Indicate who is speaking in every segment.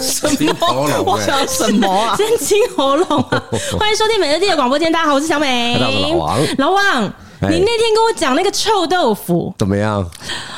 Speaker 1: 什么？
Speaker 2: 我想什么啊？
Speaker 3: 真清喉咙啊！欢迎收听美乐蒂的广播间，大家好，我是小美，
Speaker 1: 大家好我是老王
Speaker 3: 老王，
Speaker 1: 哎
Speaker 3: 你那天跟我讲那个臭豆腐
Speaker 1: 怎么样？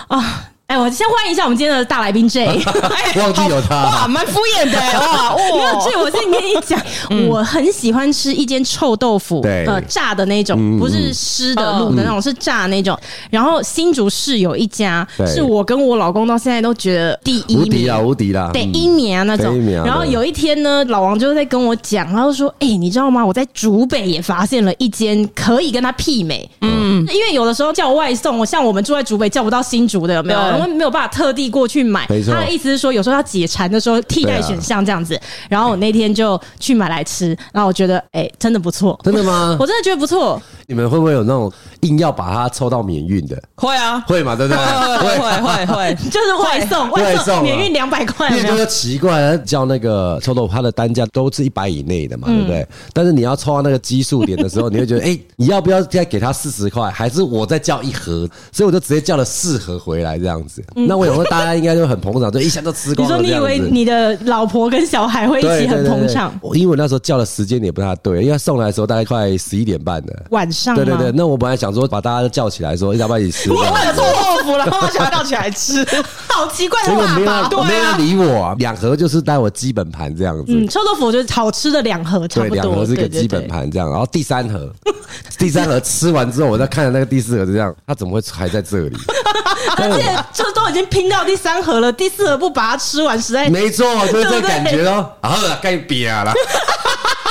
Speaker 3: 啊。哎，我先欢迎一下我们今天的大来宾 J，
Speaker 2: 哎
Speaker 1: 忘记有哦他
Speaker 2: 好哇，蛮敷衍 的哎哇，
Speaker 3: 没有
Speaker 2: 哇
Speaker 3: J，我先跟你讲，我很喜欢吃一间臭豆腐，
Speaker 1: 对嗯
Speaker 3: 呃，炸的那种，不是湿的、卤的那种，是炸的那种。然后新竹市有一家，
Speaker 1: 对
Speaker 3: 是我跟我老公到现在都觉得第一
Speaker 1: 无敌啊
Speaker 3: 名
Speaker 1: 啦，无敌啦！嗯
Speaker 3: 对，一米啊那
Speaker 1: 一
Speaker 3: 种
Speaker 1: 米啊。
Speaker 3: 然后
Speaker 1: 对
Speaker 3: 有一天呢，老王就在跟我讲，他就说：“哎、你知道吗？我在竹北也发现了一间可以跟他媲美。嗯，因为有的时候叫外送，我像我们住在竹北叫不到新竹的，有没有？
Speaker 2: 对
Speaker 3: 我们没有办法特地过去买。
Speaker 1: 没错
Speaker 3: 他的意思是说，有时候要解馋的时候，替代选项这样子。然后我那天就去买来吃，然后我觉得，哎、真的不错，
Speaker 1: 真的吗
Speaker 3: 我？真的觉得不错。
Speaker 1: 你们会不会有那种硬要把它抽到免运的？
Speaker 2: 会啊，
Speaker 1: 会嘛？对 不对？
Speaker 2: 会会会会，
Speaker 3: 就是外送，
Speaker 1: 会
Speaker 3: 外
Speaker 1: 外送啊
Speaker 3: 送免运两百块，有
Speaker 1: 因
Speaker 3: 没
Speaker 1: 为
Speaker 3: 有
Speaker 1: 就奇怪，叫那个臭豆腐，它的单价都是一百以内的嘛，
Speaker 3: 嗯
Speaker 1: 对不对？但是你要抽到那个奇数点的时候，你会 觉得，哎，你要不要再给他四十块？还是我再叫一盒？所以我就直接叫了四盒回来这样子。那我想说，大家应该就很捧场，就一下就吃
Speaker 3: 你
Speaker 1: 光
Speaker 3: 说
Speaker 1: 了这
Speaker 3: 嗯你以
Speaker 1: 样子。
Speaker 3: 为你的老婆跟小孩会一
Speaker 1: 对
Speaker 3: 起
Speaker 1: 对
Speaker 3: 很
Speaker 1: 对
Speaker 3: 捧
Speaker 1: 对
Speaker 3: 场？
Speaker 1: 我因为我那时候叫的时间也不太对，因为他送来的时候大概快十一点半了。
Speaker 3: 晚上
Speaker 1: 对对
Speaker 3: 吗
Speaker 1: 对，那我本来想说把大家都叫起来说要不要一起吃，
Speaker 2: 我为了臭 豆腐，然后想要倒起来吃， 啊
Speaker 3: 好奇怪的
Speaker 1: 结果没
Speaker 3: 喇叭，
Speaker 1: 有啊没有人理我，两盒就是带我基本盘这样子。
Speaker 3: 嗯，臭豆腐我觉得好吃的两盒差
Speaker 1: 对，
Speaker 3: 不多，
Speaker 1: 两盒是一个
Speaker 3: 对对
Speaker 1: 基本
Speaker 3: 对
Speaker 1: 盘这样，然后第三盒，第三盒吃完之后，我再看着那个第四盒就这样，它怎么会还在这 里？
Speaker 3: 而且这都已经拼到第三盒了，第四盒不把它吃完，实在。所
Speaker 1: 没错，就是这
Speaker 3: 对
Speaker 1: 个
Speaker 3: 不对
Speaker 1: 感觉哦。啊，该瘪了。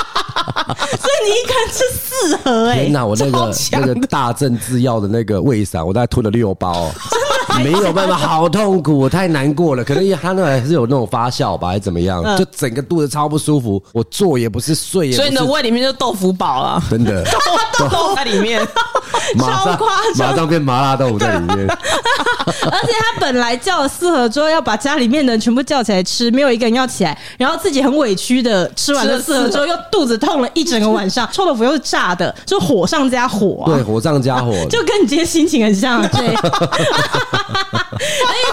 Speaker 3: 以你一个人吃四盒哎、
Speaker 1: 天哪，我那
Speaker 2: 超
Speaker 1: 个
Speaker 2: 强
Speaker 1: 那个大正制药的那个胃散，我大概吞了六包、哦，没有办法，好痛苦，我太难过了。可能因为他那还是有那种发酵吧，还是怎么样，就整个肚子超不舒服，我坐也不是，睡也不
Speaker 2: 所以
Speaker 1: 是
Speaker 2: 你的，胃里面就豆腐堡啊了，
Speaker 1: 真的。
Speaker 2: 豆腐在里面，
Speaker 1: 马
Speaker 3: 超
Speaker 1: 上
Speaker 3: 夸张
Speaker 1: 马上变麻辣豆腐在里面，
Speaker 3: 而且他本来叫了四盒之后，要把家里面的人全部叫起来吃，没有一个人要起来，然后自己很委屈的吃完
Speaker 2: 吃
Speaker 3: 了
Speaker 2: 了
Speaker 3: 四盒
Speaker 2: 四盒
Speaker 3: 之后，又肚子痛了一整个晚上。臭豆腐又是炸的，就火上加火、啊，
Speaker 1: 对，火上加火，
Speaker 3: 就跟你今天心情 很像，啊对。因为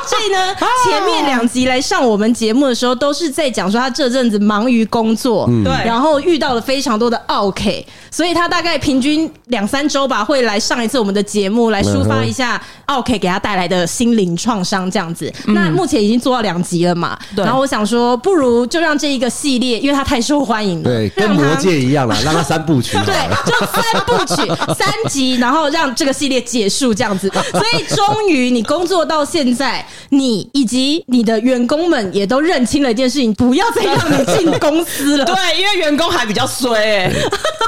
Speaker 3: 这呢，
Speaker 1: 啊
Speaker 3: 前面两集来上我们节目的时候，都是在讲说他这阵子忙于工作，
Speaker 1: 嗯
Speaker 2: 对
Speaker 3: 然后遇到了非常多的 OK，所以他大概平均两三周吧，会来上一次我们的节目，来抒发一下 OK 给他带来的心灵创伤这样子。
Speaker 1: 嗯
Speaker 3: 那目前已经做到两集了嘛，
Speaker 2: 对
Speaker 3: 然后我想说，不如就让这一个系列，因为它太受欢迎了，
Speaker 1: 对，跟
Speaker 3: 让它
Speaker 1: 魔戒一样啦，让它三部曲好
Speaker 3: 对
Speaker 1: 了。，
Speaker 3: 就三部曲三集，然后让这个系列结束这样子。所以终于你工作到现在，你以及你的员工们也都认清了一件事情，不要再让你进公司了。
Speaker 2: 对，因为员工还比较衰， 哎，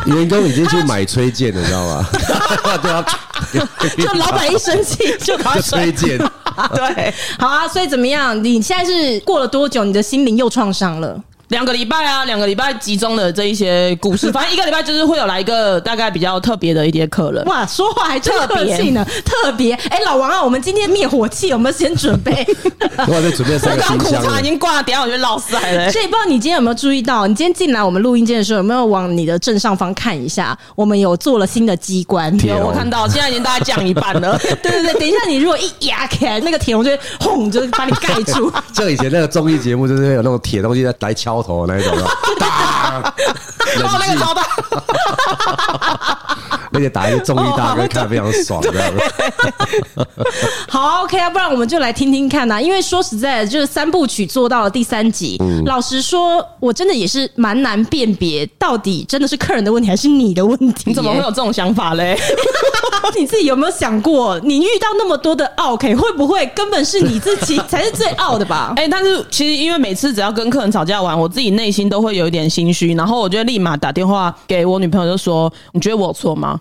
Speaker 1: 员工已经去买崔健了，你知道吗？对 啊，
Speaker 3: 就老板一生气 就。
Speaker 1: 就崔健，
Speaker 2: 对，
Speaker 3: 好啊，所以怎么样？你现在是过了多久？你的心灵又创伤了？
Speaker 2: 两个礼拜啊，两个礼拜集中的这一些故事，反正一个礼拜就是会有来一个大概比较特别的一些客人。
Speaker 3: 哇，说话还真
Speaker 2: 特别
Speaker 3: 客气呢， 特别。哎、老王啊，我们今天灭火器有没有先准备？
Speaker 1: 我在准备
Speaker 2: 我
Speaker 1: 三个冰
Speaker 2: 刚苦
Speaker 1: 箱
Speaker 2: 茶
Speaker 1: 了
Speaker 2: 已。经挂了，等一下我就落塞 了、
Speaker 1: 哎
Speaker 2: 欸。
Speaker 3: 所以不知道你今天有没有注意到，你今天进来我们录音间的时候，有没有往你的正上方看一下？我们有做了新的机关。
Speaker 1: 铁
Speaker 2: 有
Speaker 1: 笼
Speaker 2: 哦我看到，现在已经大概降一半 了。哦
Speaker 3: 对对对，等一下，你如果一压起来，那个铁笼就会轰，就是把你盖 住。
Speaker 1: 像以前那个综艺节目，就是会有那种铁东西在来敲头的那一 种，打，
Speaker 2: 哦，那个超 大，
Speaker 1: 而且打一个综艺大 哥看得非常爽，这样
Speaker 3: 好，OK 啊，不然我们就来听听看呐、因为说实在的，就是三部曲做到了第三集，
Speaker 1: 嗯
Speaker 3: 老实说，我真的也是蛮难辨别到底真的是客人的问题还是你的问题、
Speaker 2: 你怎么会有？这种想法嘞？
Speaker 3: 你自己有没有想过，你遇到那么多的 OK，会不会根本是你自己才是最傲的吧？
Speaker 2: 哎、但是其实因为每次只要跟客人吵架完，我自己内心都会有一点心虚，然后我就立马打电话给我女朋友，就说：“你觉得我有错吗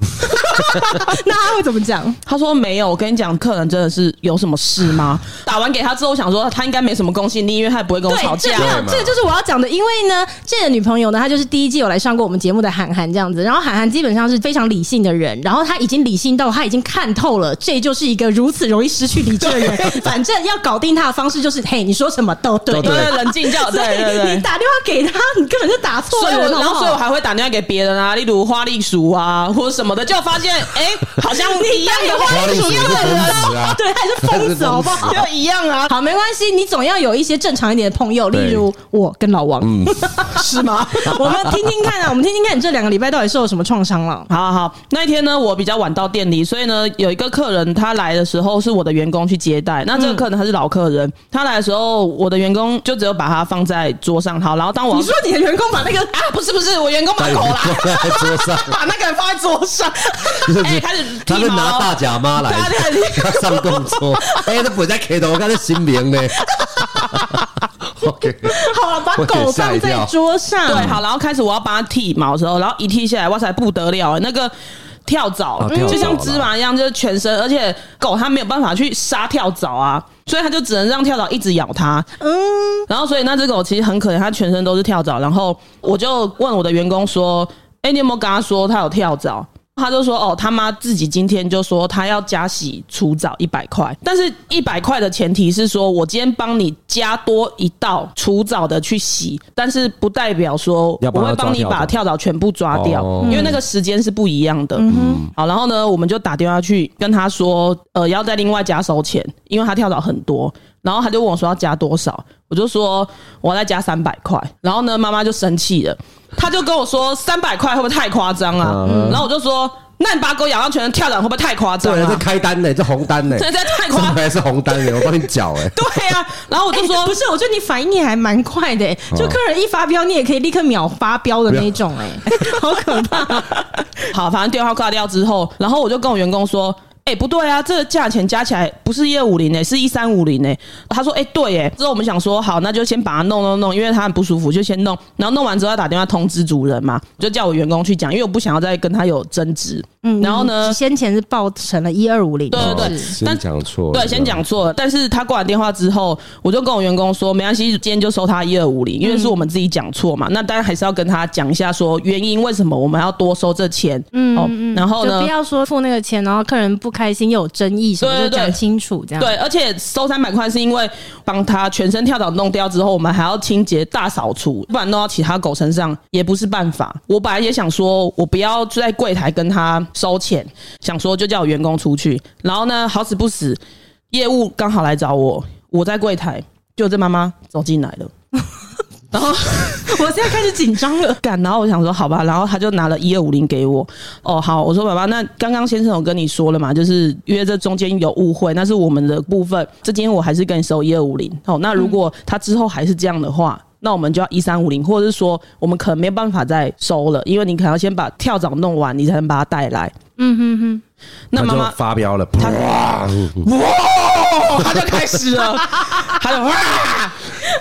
Speaker 3: 那他会怎么讲？？”
Speaker 2: 她说：“没有。”我跟你讲，客人真的是有什么事吗？打完给他之后，我想说他应该没什么公信力，因为他也不会跟我
Speaker 3: 对，
Speaker 2: 吵架
Speaker 3: 这。没有
Speaker 1: 对嘛
Speaker 3: 这个就是我要讲的，因为呢，这个女朋友呢，她就是第一季有来上过我们节目的韩寒这样子，然后韩寒基本上是非常理性的人，然后他已经理性到他已经看透了，这就是一个如此容易失去理智的人，反正要搞定他的方式就是，嘿，你说什么都对。
Speaker 1: 都
Speaker 2: 对
Speaker 1: 对
Speaker 2: 对，冷静叫，
Speaker 3: 所
Speaker 2: 对
Speaker 3: 以
Speaker 2: 对对
Speaker 3: 你。打电话给他，你根本就打错
Speaker 2: 所以
Speaker 3: 人
Speaker 2: 我，
Speaker 3: 好
Speaker 2: 然后
Speaker 3: 不好
Speaker 2: 所以我还会打电话给别人啊，例如花栗鼠啊或者什么的，就发现现，哎、好 像一样的话
Speaker 1: 花栗鼠
Speaker 2: 术
Speaker 1: 也是疯子啊，
Speaker 3: 对，还是疯子好不好？
Speaker 2: 就一样啊，
Speaker 3: 好，没关系，你总要有一些正常一点的朋友，
Speaker 1: 对
Speaker 3: 例如我跟老王。
Speaker 2: 是吗？
Speaker 3: 我们听听看啊，我们听听看你这两个礼拜到底受了什么创伤了。
Speaker 2: 好好好，那一天呢，我比较晚到店里，所以呢，有一个客人他来的时候是我的员工去接待。那这个客人他是老客人，他来的时候，我的员工就只有把它放在桌上。好，然后当我要
Speaker 3: 你说你的员工把那个
Speaker 2: 啊，不是不是，我员工把
Speaker 1: 把你
Speaker 2: 口啦，
Speaker 1: 放在桌上，
Speaker 2: 把那个人放在桌 上， 哎、开始
Speaker 1: 他
Speaker 2: 剃
Speaker 1: 们
Speaker 2: 毛
Speaker 1: 拿大甲妈 来
Speaker 2: 他在剃
Speaker 1: 上供桌， 哎，他不在 K 头，我看他新名呢。OK，
Speaker 3: 好了，把
Speaker 1: 我给
Speaker 3: 狗
Speaker 1: 吓
Speaker 3: 放
Speaker 1: 一
Speaker 3: 在
Speaker 1: 跳
Speaker 3: 桌上，
Speaker 2: 对，好，然后开始我要帮他剃毛的时候，然后一剃下来，哇塞，不得了、欸那个。跳蚤、
Speaker 1: 啊跳蚤
Speaker 2: 就像芝麻一样，就是全身，而且狗它没有办法去杀跳蚤啊，所以它就只能让跳蚤一直咬它。嗯，然后所以那只狗其实很可怜，它全身都是跳蚤。然后我就问我的员工说：“哎、你有没有跟他说它有跳蚤？”他就说：“哦，他妈自己今天就说他要加洗除蚤一百块，但是一百块的前提是说我今天帮你加多一道除蚤的去洗，但是不代表说
Speaker 1: 要
Speaker 2: 我
Speaker 1: 帮他
Speaker 2: 会
Speaker 1: 抓
Speaker 2: 帮你
Speaker 1: 跳蚤
Speaker 2: 把跳蚤全部抓掉，
Speaker 1: 哦
Speaker 2: 因为那个时间是不一样的。好，然后呢，我们就打电话去跟他说，呃，要再另外加收钱，因为他跳蚤很多。然后他就问我说要加多少，我就说我要再加三百块。然后呢，妈妈就生气了，他就跟我说三百块会不会太夸张啊？然后我就说，那你把狗养到全身跳蚤会不会太夸张
Speaker 1: 对，这
Speaker 2: 啊？
Speaker 1: 开单呢，这红单呢，
Speaker 2: 这这太夸
Speaker 1: 上牌是红单呢，我帮你缴哎。
Speaker 2: 对啊，然后我就
Speaker 3: 哎
Speaker 2: 说、
Speaker 3: 不是，我觉得你反应也还蛮快的、欸，就客人一发飙，你也可以立刻秒发飙的那种、欸， 哎， 好可怕！
Speaker 2: 好，反正电话挂掉之后，然后我就跟我员工说。哎、不对啊，这个价钱加起来不是一二五零诶，是一三五零诶。他说，哎、对诶。之后我们想说，好，那就先把它弄弄弄，因为他很不舒服，就先弄。然后弄完之后要打电话通知主人嘛，就叫我员工去讲，因为我不想要再跟他有争执。嗯，然后呢，
Speaker 3: 先前是报成了一二五零，
Speaker 2: 对对对
Speaker 3: 是
Speaker 2: 但
Speaker 1: 哦先讲错了，
Speaker 2: 对，先讲错了。但是他挂完电话之后，我就跟我员工说，没关系，今天就收他一二五零，因为是我们自己讲错嘛。那当然还是要跟他讲一下，说原因为什么我们要多收这钱。嗯，哦，然后
Speaker 3: 就
Speaker 2: 呢
Speaker 3: 不，要说付那个钱，然后客人不开心又有争议什么，
Speaker 2: 对对
Speaker 3: 就
Speaker 2: 对
Speaker 3: 讲清楚这样。
Speaker 2: 对，而且收三百块是因为帮他全身跳蚤弄掉之后，我们还要清洁大扫除，不然弄到其他狗身上也不是办法。我本来也想说，我不要在柜台跟他收钱，想说就叫我员工出去。然后呢，好死不死，业务刚好来找我，我在柜台，就这妈妈走进来了。然后 我现在开始紧张了，干。然后我想说，好吧，然后他就拿了一二五零给我。哦，好，我说爸爸，那刚刚先生有跟你说了嘛，就是因为这中间有误会，那是我们的部分。这今天我还是跟你收一二五零。哦，那如果他之后还是这样的话，那我们就要一三五零，或者是说我们可能没有办法再收了，因为你可能要先把跳蚤弄完，你才能把它带来。嗯哼哼。那
Speaker 1: 他
Speaker 2: 妈妈
Speaker 1: 就发飙了，哇！
Speaker 2: 哇，他就开始了，他就哇！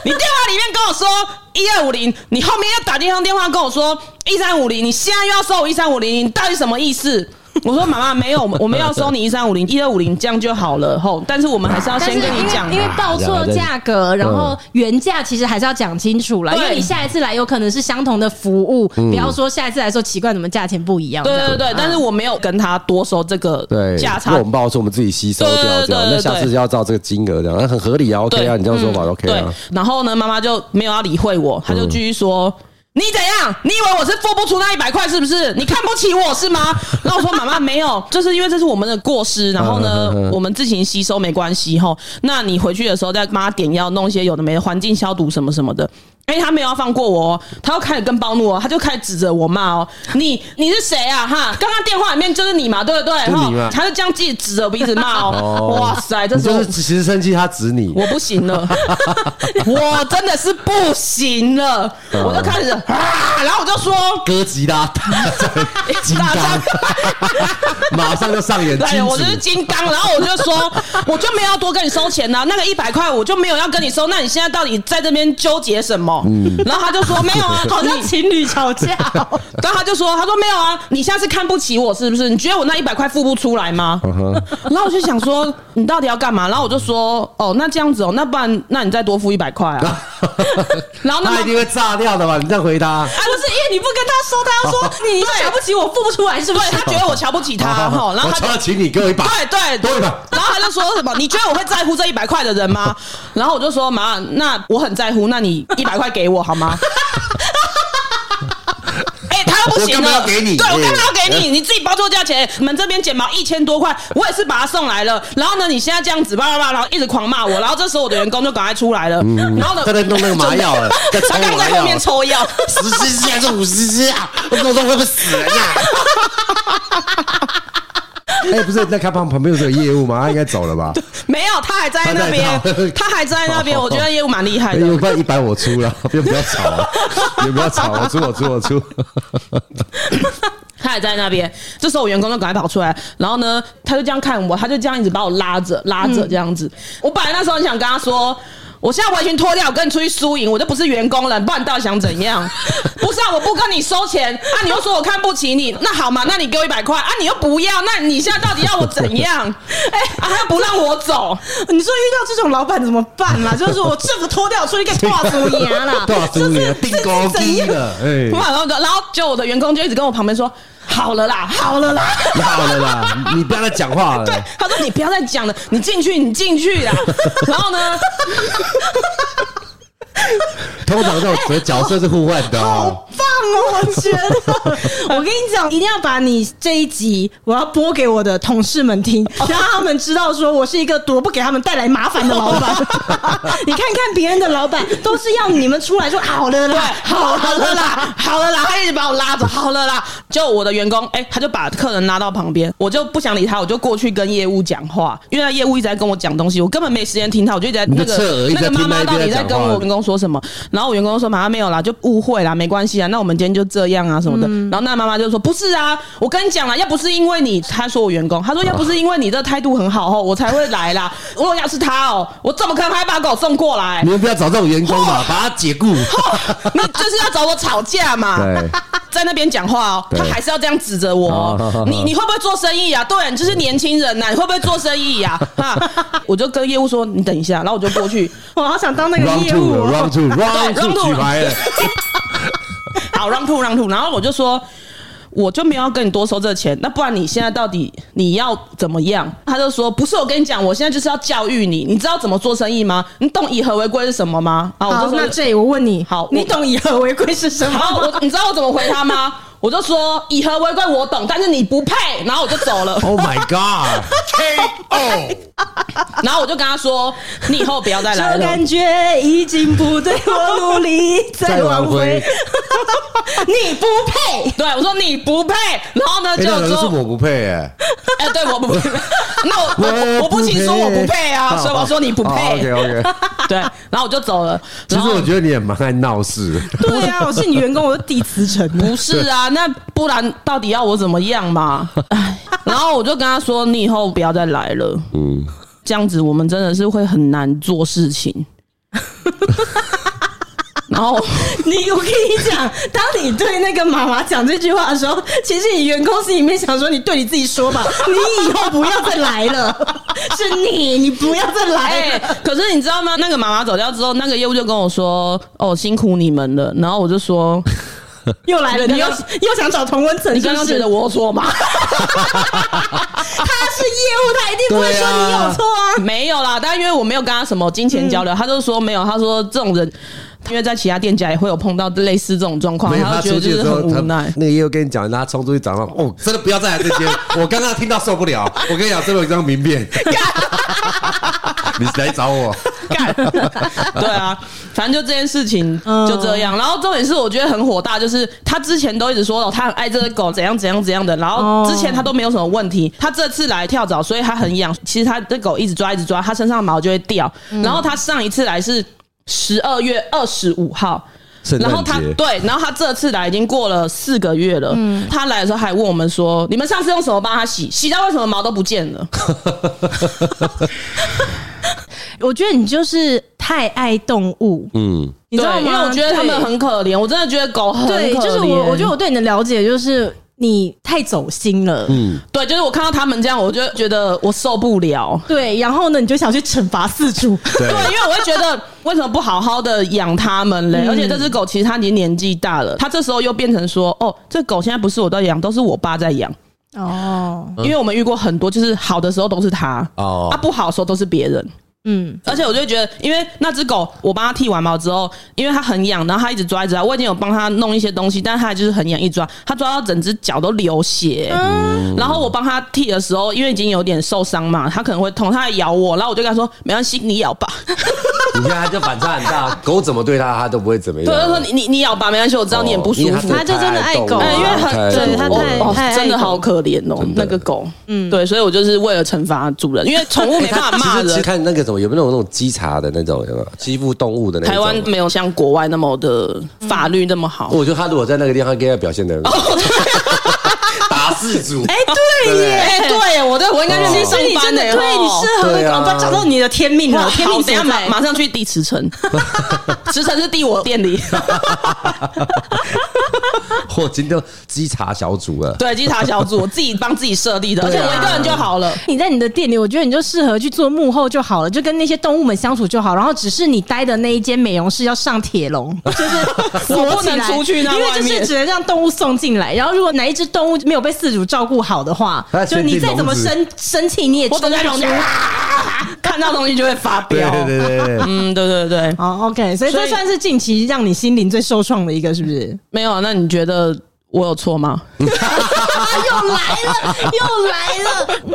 Speaker 2: 你电话里面跟我说一二五零，你后面又打电话电话跟我说一三五零，你现在又要收我一三五零，你到底什么意思？我说妈妈没有，我们我们要收你一三五零一二五零，这样就好了吼。但是我们还是要
Speaker 3: 但
Speaker 2: 啊先
Speaker 3: 是
Speaker 2: 跟
Speaker 3: 因
Speaker 2: 你讲
Speaker 3: 为因，为报错价格，然后原价其实还是要讲清楚了，
Speaker 2: 对
Speaker 3: 因为你下一次来有可能是相同的服务，嗯不要说下一次来说奇怪怎么价钱不一样。
Speaker 2: 对
Speaker 3: 这
Speaker 2: 对啊
Speaker 3: 样
Speaker 2: 对，但是我没有跟他多收这个
Speaker 1: 对，
Speaker 2: 价
Speaker 1: 因为
Speaker 2: 差
Speaker 1: 我们报是我们自己吸收掉
Speaker 2: 对对
Speaker 1: 这样，
Speaker 2: 对
Speaker 1: 那
Speaker 2: 对
Speaker 1: 下次
Speaker 2: 对
Speaker 1: 就要照这个金额这样，那很合理啊，OK 啊，
Speaker 2: 对嗯
Speaker 1: 你这样说法 OK
Speaker 2: 对
Speaker 1: 啊，，嗯
Speaker 2: 然后呢，妈妈就没有要理会我，她就继续说。你怎样？你以为我是付不出那一百块是不是？你看不起我是吗？ 然后我说妈妈没有，就是因为这是我们的过失，然后呢
Speaker 1: 嗯嗯嗯，嗯
Speaker 2: 我们自行吸收没关系吼。那你回去的时候再帮他点药，弄一些有的没的环境消毒什么什么的。哎、他没有要放过我、哦，他又开始跟暴怒哦，他就开始指着我骂哦，你你是谁啊？哈，刚刚电话里面就是你嘛，对不对？
Speaker 1: 就
Speaker 2: 吼
Speaker 1: 你嘛
Speaker 2: 他就这样自己指着我鼻子骂哦，
Speaker 1: 哦
Speaker 2: 哇塞，这
Speaker 1: 你
Speaker 2: 时
Speaker 1: 就
Speaker 2: 候
Speaker 1: 是其实生气他指你，
Speaker 2: 我不 行了，我真的是不行了，
Speaker 1: 嗯
Speaker 2: 我就开始啊，然后我就说。
Speaker 1: 哥吉拉 大战金
Speaker 2: 大
Speaker 1: 刚
Speaker 2: 战，
Speaker 1: 马上就上演
Speaker 2: 对，
Speaker 1: 金
Speaker 2: 我
Speaker 1: 主
Speaker 2: 就。是金刚，然后我就说，我就没有要多跟你收钱啊呐、那个一百块我就没有要跟你收，那你现在到底在这边纠结什么？
Speaker 1: 嗯
Speaker 2: 然后他就说没 有啊，好
Speaker 3: 好
Speaker 2: 像
Speaker 3: 像情侣吵架 哦，
Speaker 2: 然后他就说：“他说没有啊，你下次看不起我是不是？你觉得我那一百块付不出来吗？”
Speaker 1: 嗯
Speaker 2: 然后我就想说：“你到底要干嘛？”然后我就说：“哦，那这样子哦，那不然那你再多付一百块啊。”然后那
Speaker 1: 他一定会炸掉的吧？你这样回答，
Speaker 3: 啊，不是因为你不跟他说，他 要说你瞧不起我，付不出来是不
Speaker 2: 对
Speaker 3: 是？
Speaker 2: 他觉得我瞧不起他哈，然后
Speaker 1: 我
Speaker 2: 他
Speaker 1: 就
Speaker 2: 就
Speaker 1: 要请你给我一把，
Speaker 2: 对对
Speaker 1: 多一把。
Speaker 2: 然后他就说什么？你觉得我会在乎这一百块的人 吗？然后我就说妈， 那我很在乎，那你一百块给我好吗？哎、他到不行
Speaker 1: 我干嘛
Speaker 2: 了，
Speaker 1: 要给你哎
Speaker 2: 对我
Speaker 1: 对
Speaker 2: 干嘛要给你？你自己报错价钱，你们这边剪毛一千多块，我也是把它送来了。然后呢，你现在这样子叭叭叭，然后一直狂骂我，然后这时候我的员工就赶快出来了，然后呢，
Speaker 1: 嗯他在弄那个麻药了，在抽
Speaker 2: 他刚刚
Speaker 1: 麻
Speaker 2: 在后
Speaker 1: 药哎
Speaker 2: 面，抽药。
Speaker 1: 十七只还是五十只啊？我脑中会不会死人 啊？哎，不是，那开旁旁边有这个业务吗？他应该走了吧？
Speaker 2: 没有，他还在那
Speaker 1: 他在那
Speaker 2: 边，他还在那 边。
Speaker 1: 哦
Speaker 2: 我觉得业务蛮厉害
Speaker 1: 哎
Speaker 2: 的
Speaker 1: 要。不然一百我出了， 也不要吵啊，也不要吵，我出我出我出。
Speaker 2: 他也在那边。这时候我员工就赶快跑出来，然后呢，他就这样看我，他就这样一直把我拉着拉着这样子。我本来那时候很想跟他说。我现在完全脱掉，我跟你出去输赢，我就不是员工了，不然你到底想怎样？不是啊，我不跟你收钱啊，你又说我看不起你，那好嘛，那你给我一百块啊，你又不要，那你现在到底要我怎样？哎、啊，他又不让我走，
Speaker 3: 你说遇到这种老板怎么办啦？就是我这个脱掉出去给挂 猪牙啦，
Speaker 1: 大猪
Speaker 3: 就
Speaker 1: 爷
Speaker 3: 是
Speaker 1: 定高低了，哎，
Speaker 2: 哇，然后然后就我的员工就一直跟我旁边说，好了啦，好了啦，
Speaker 1: 好了啦，你不要再讲话了。
Speaker 2: 对，他说你不要再讲了，你进去，你进去啦。然后呢，
Speaker 1: 通常这种角色是互换的哦。
Speaker 3: 棒哦！我觉 得，我跟你讲，一定要把你这一集我要播给我的同事们听，让他们知道说我是一个多不给他们带来麻烦的老 板。你看看别人的老板都是要你们出来说好了
Speaker 2: 对
Speaker 3: 啦，，
Speaker 2: 好 了啦，好了啦，他一直把我拉着，好了啦。就我的员工，哎、他就把客人拉到旁边，我就不想理他，我就过去跟业务讲话，因为那业务一直在跟我讲东西，我根本没时间听他，我就一直在
Speaker 1: 你的
Speaker 2: 那个
Speaker 1: 侧耳一直
Speaker 2: 那个
Speaker 1: 在
Speaker 2: 妈
Speaker 1: 听
Speaker 2: 妈
Speaker 1: 那
Speaker 2: 到
Speaker 1: 一边
Speaker 2: 底在
Speaker 1: 在
Speaker 2: 跟
Speaker 1: 讲话
Speaker 2: 我员工说什么，然后我员工就说妈妈没有啦，就误会啦，没关系啊，那我们今天就这样啊什么的。
Speaker 1: 嗯
Speaker 2: 然后那妈妈就说不是啊，我跟你讲啦，要不是因为你，他说我员工，他说要不是因为你这态度很好哦，我才会来啦。如果要是他哦，我怎么可能还把狗送过来
Speaker 1: 你？们不要找这种员工嘛，把他解雇。
Speaker 2: 那就是要找我吵架嘛。
Speaker 1: 对，
Speaker 2: 在那边讲话哦，
Speaker 1: 对
Speaker 2: 他还是要这样指着我、
Speaker 1: 哦
Speaker 2: 哦。你你会不会做生意啊？对，你就是年轻人呐、你会不会做生意呀、哈，我就跟业务说，你等一下，然后我就过去，
Speaker 3: 我好想当那个
Speaker 1: round
Speaker 3: 业
Speaker 1: two
Speaker 3: 务哦、
Speaker 1: 了，round two，round
Speaker 2: 对 round
Speaker 1: two
Speaker 2: two
Speaker 1: 举牌了，
Speaker 2: 好让兔让兔，然后我就说。我就没有要跟你多收这钱，那不然你现在到底你要怎么样？他就说不是，我跟你讲，我现在就是要教育你，你知道怎么做生意吗？你懂以和为贵是什么吗？啊，我
Speaker 3: 好
Speaker 2: 就，说
Speaker 3: 那这里我问你，
Speaker 2: 好
Speaker 3: 你
Speaker 2: 我
Speaker 3: 懂以和为贵是什么
Speaker 2: 然后
Speaker 3: 吗？
Speaker 2: 我你知道我怎么回他吗？我就说以和为贵我懂，但是你不配，然后我就走 了。
Speaker 1: Oh my God！
Speaker 2: 哦然后我就跟他说：“你以后不 要再来了。
Speaker 3: 这感觉已经不对，我努力再
Speaker 1: 再挽
Speaker 3: 挽回
Speaker 1: 回，
Speaker 3: 你不配。”
Speaker 2: 对，我说你不配。然后呢，
Speaker 1: 哎，
Speaker 2: 就
Speaker 1: 那人是
Speaker 2: 说
Speaker 1: 我不配哎，：“
Speaker 2: 哎、对，我不 配。那我我我不行，说我不配啊，所以我说你不配。
Speaker 1: OK OK，
Speaker 2: 对，然后我就走了。
Speaker 1: 哦其
Speaker 2: 然
Speaker 1: 实
Speaker 2: 后
Speaker 1: 我觉得你也蛮爱闹事的。
Speaker 3: 对啊，我是你员工，我就递辞呈了。
Speaker 2: 不是啊，那不然到底要我怎么样嘛？哎，然后我就跟他说：“你以后不要再来了。”嗯，这样子我们真的是会很难做事 情。然后。
Speaker 3: 你，我跟你讲，当你对那个妈妈讲这句话的时候，其实你员工心里面想说，你对你自己说吧，你以后不要再来了，是你，你不要再来
Speaker 2: 哎、
Speaker 3: 了。
Speaker 2: 可是你知道吗？那个妈妈走掉之后，那个业务就跟我说：“哦，辛苦你们了。”然后我就说
Speaker 3: 又来了，你
Speaker 2: 你
Speaker 3: 又
Speaker 2: 刚
Speaker 3: 又想找同温：“层，
Speaker 2: 你刚刚
Speaker 3: 是
Speaker 2: 觉
Speaker 3: 不是
Speaker 2: 得我有错吗。
Speaker 3: 他是业务，他一定不会说你有错 啊？”
Speaker 2: 没有啦，但因为我没有跟他什么金
Speaker 1: 嗯
Speaker 2: 钱交流，他就说没有。他说这种人，因为在其他店家也会有碰到类似这种状况，
Speaker 1: 没有，
Speaker 2: 他
Speaker 1: 他出
Speaker 2: 就觉得
Speaker 1: 去
Speaker 2: 就
Speaker 1: 的
Speaker 2: 是
Speaker 1: 时候，
Speaker 2: 很
Speaker 1: 他
Speaker 2: 无奈。
Speaker 1: 那个业务跟你讲，他冲出去找他，哦，真的不要再来这间，我刚刚听到受不了。我跟你讲，这有一张名片，你来找我，
Speaker 2: 干， 对啊，反正就这件事情
Speaker 3: 嗯
Speaker 2: 就这样。然后重点是，我觉得很火大，就是他之前都一直说哦，他很爱这只狗，怎样怎样怎样的。然
Speaker 3: 哦
Speaker 2: 后之前他都没有什么问题，他这次来跳蚤，所以他很痒。其实他这狗一直抓一直抓，他身上的毛就会掉。
Speaker 3: 嗯
Speaker 2: 然后他上一次来是十二月二十五号。
Speaker 1: 圣
Speaker 2: 然后
Speaker 1: 诞
Speaker 2: 他
Speaker 1: 节。
Speaker 2: 对，然后他这次来已经过了四个月了。
Speaker 3: 嗯
Speaker 2: 他来的时候还问我们说：“你们上次用什么帮他洗？洗到为什么毛都不见了
Speaker 3: 我觉得你就是太爱动物，
Speaker 1: 嗯，？”
Speaker 3: 你知道
Speaker 2: 对因为
Speaker 3: 吗？
Speaker 2: 我觉得他们
Speaker 3: 对
Speaker 2: 很可怜，我真的觉得狗很可怜。
Speaker 3: 对，就是我，我觉得我对你的了解就是你太走心了。
Speaker 2: 对，就是我看到他们这样，我就觉得我受不了。
Speaker 3: 对，然后呢，你就想去惩罚四主。
Speaker 1: 对
Speaker 2: 对，因为我会觉得为什么不好好的养它们嘞？而且这只狗其实它已经年纪大了，它这时候又变成说，哦，这狗现在不是我在养，都是我爸在养。
Speaker 3: 哦，
Speaker 2: 因为我们遇过很多，就是好的时候都是他，
Speaker 1: 哦
Speaker 2: 啊不好的时候都是别人。
Speaker 3: 嗯，
Speaker 2: 而且我就觉得，因为那只狗我帮它剃完毛之后，因为它很痒，然后它一直抓一直抓，我已经有帮它弄一些东西，但是它就是很痒，一直抓它抓到整只脚都流血。
Speaker 1: 嗯
Speaker 2: 然后我帮它剃的时候，因为已经有点受伤嘛，它可能会痛，它还咬我，然后我就跟它说没关系，你咬吧。
Speaker 1: 你看它就反差很大，狗怎么对啊它，它都不会怎么样。
Speaker 2: 对，我就说你你你咬吧，没关系，我知道你很不舒
Speaker 1: 哦因为
Speaker 2: 服。
Speaker 3: 它就真的爱狗
Speaker 2: 哎，因为
Speaker 1: 它
Speaker 2: 很
Speaker 1: 太
Speaker 3: 对它
Speaker 1: 爱狗了
Speaker 3: 太
Speaker 2: 哦
Speaker 1: 哦
Speaker 3: 爱
Speaker 2: 真的
Speaker 3: 狗
Speaker 2: 好可怜哦，那个狗，嗯，对，所以我就是为了惩罚主人，因为宠物没办法骂
Speaker 1: 哦其实其实
Speaker 2: 人，
Speaker 1: 看那个什么有没有那种那种稽查的那种，有没有欺负动物的那种？
Speaker 2: 台湾没有像国外那么的法律那么好。
Speaker 1: 我觉得他如果在那个地方，应该表现的很
Speaker 2: 哦
Speaker 1: 好。打四 组，
Speaker 3: 哎，对耶，
Speaker 2: 哎、对耶，我对我应该认真
Speaker 1: 其
Speaker 2: 上
Speaker 3: 所以你
Speaker 2: 班
Speaker 3: 真的
Speaker 2: 耶
Speaker 3: 对你
Speaker 2: 哦
Speaker 3: 适合
Speaker 1: 对啊
Speaker 3: 搞不好找到你的天命
Speaker 2: 哇
Speaker 3: 了，天
Speaker 2: 好，
Speaker 3: 命
Speaker 2: 等一
Speaker 3: 所
Speaker 2: 下马
Speaker 3: 在。
Speaker 2: 马上去递驰骋，驰骋是递我店里，
Speaker 1: 我今天稽查小组了。
Speaker 2: 对，稽查小组我自己帮自己设立的，而且
Speaker 1: 对啊
Speaker 2: 我一个人就好了。
Speaker 3: 你在你的店里，我觉得你就适合去做幕后就好了，就跟那些动物们相处就好。然后只是你待的那一间美容室要上铁 笼，就是锁起来
Speaker 2: 我不能出去那
Speaker 3: 因为
Speaker 2: 外
Speaker 3: 就
Speaker 2: 面
Speaker 3: 是只能让动物送进来。然后如果哪一只动物没有被饲主照顾好 的话
Speaker 1: 它，
Speaker 3: 就
Speaker 1: 先
Speaker 3: 你
Speaker 1: 进
Speaker 3: 再怎么
Speaker 1: 笼子
Speaker 3: 生生气，你也
Speaker 2: 我等
Speaker 3: 冲不
Speaker 2: 在
Speaker 3: 出
Speaker 2: 旁边、啊看到东西就会发飙。
Speaker 1: 对对，
Speaker 2: 嗯，对对对，
Speaker 3: 哦，OK，所以
Speaker 2: 所
Speaker 3: 这
Speaker 2: 以
Speaker 3: 算是近期让你心灵最受创的一个，是不是？
Speaker 2: 没有啊，那你觉得我有错吗？
Speaker 3: 啊又来了，又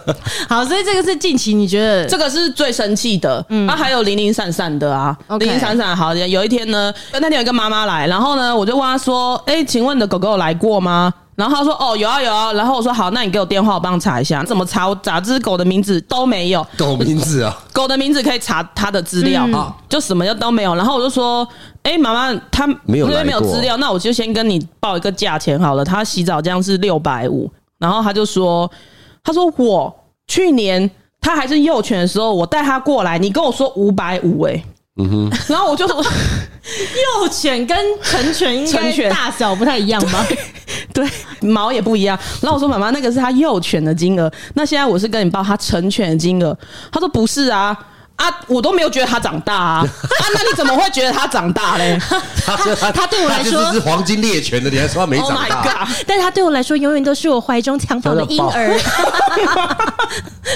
Speaker 3: 了。好，所以这个是近期你觉得
Speaker 2: 这个是最生气的，嗯，啊，还有零零散散的啊，
Speaker 3: OK
Speaker 2: 零零散散。好，有一天呢，那天有一个妈妈来，然后呢，我就问她说：“哎、请问你的狗狗有来过吗？”然后她说：“哦，有啊，有啊。”然后我说：“好，那你给我电话，我帮你查一下。怎么查？我打只狗的名字都没有，
Speaker 1: 狗名字啊，
Speaker 2: 狗的名字可以查它的资料，
Speaker 1: 嗯
Speaker 2: 就什么都没有。然后我就说：“哎、妈妈，它
Speaker 1: 没有
Speaker 2: 因为
Speaker 1: 来
Speaker 2: 没有
Speaker 1: 过
Speaker 2: 资料，那我就先跟你报一个价钱好了。它洗澡这样是六百五。”然后他就说：“他说我去年他还是幼犬的时候，我带他过来，你跟我说五百五，哎，嗯哼，然后我就
Speaker 3: 幼犬跟成犬应
Speaker 2: 成
Speaker 3: 该
Speaker 2: 犬
Speaker 3: 大小不太一样吧？
Speaker 2: 对毛也不一样。然后我说妈妈，那个是他幼犬的金额，那现在我是跟你报他成犬的金额。他说不是啊。”啊，我都没有觉得他长大啊！啊，那你怎么会觉得他长大嘞？
Speaker 1: 它就它
Speaker 3: 它对我来说
Speaker 1: 它就是只黄金猎犬的，你还说它没
Speaker 2: Oh
Speaker 1: 长
Speaker 2: my
Speaker 1: 大？
Speaker 2: god！
Speaker 3: 但是它对我来说，永远都是我怀中襁褓的婴儿，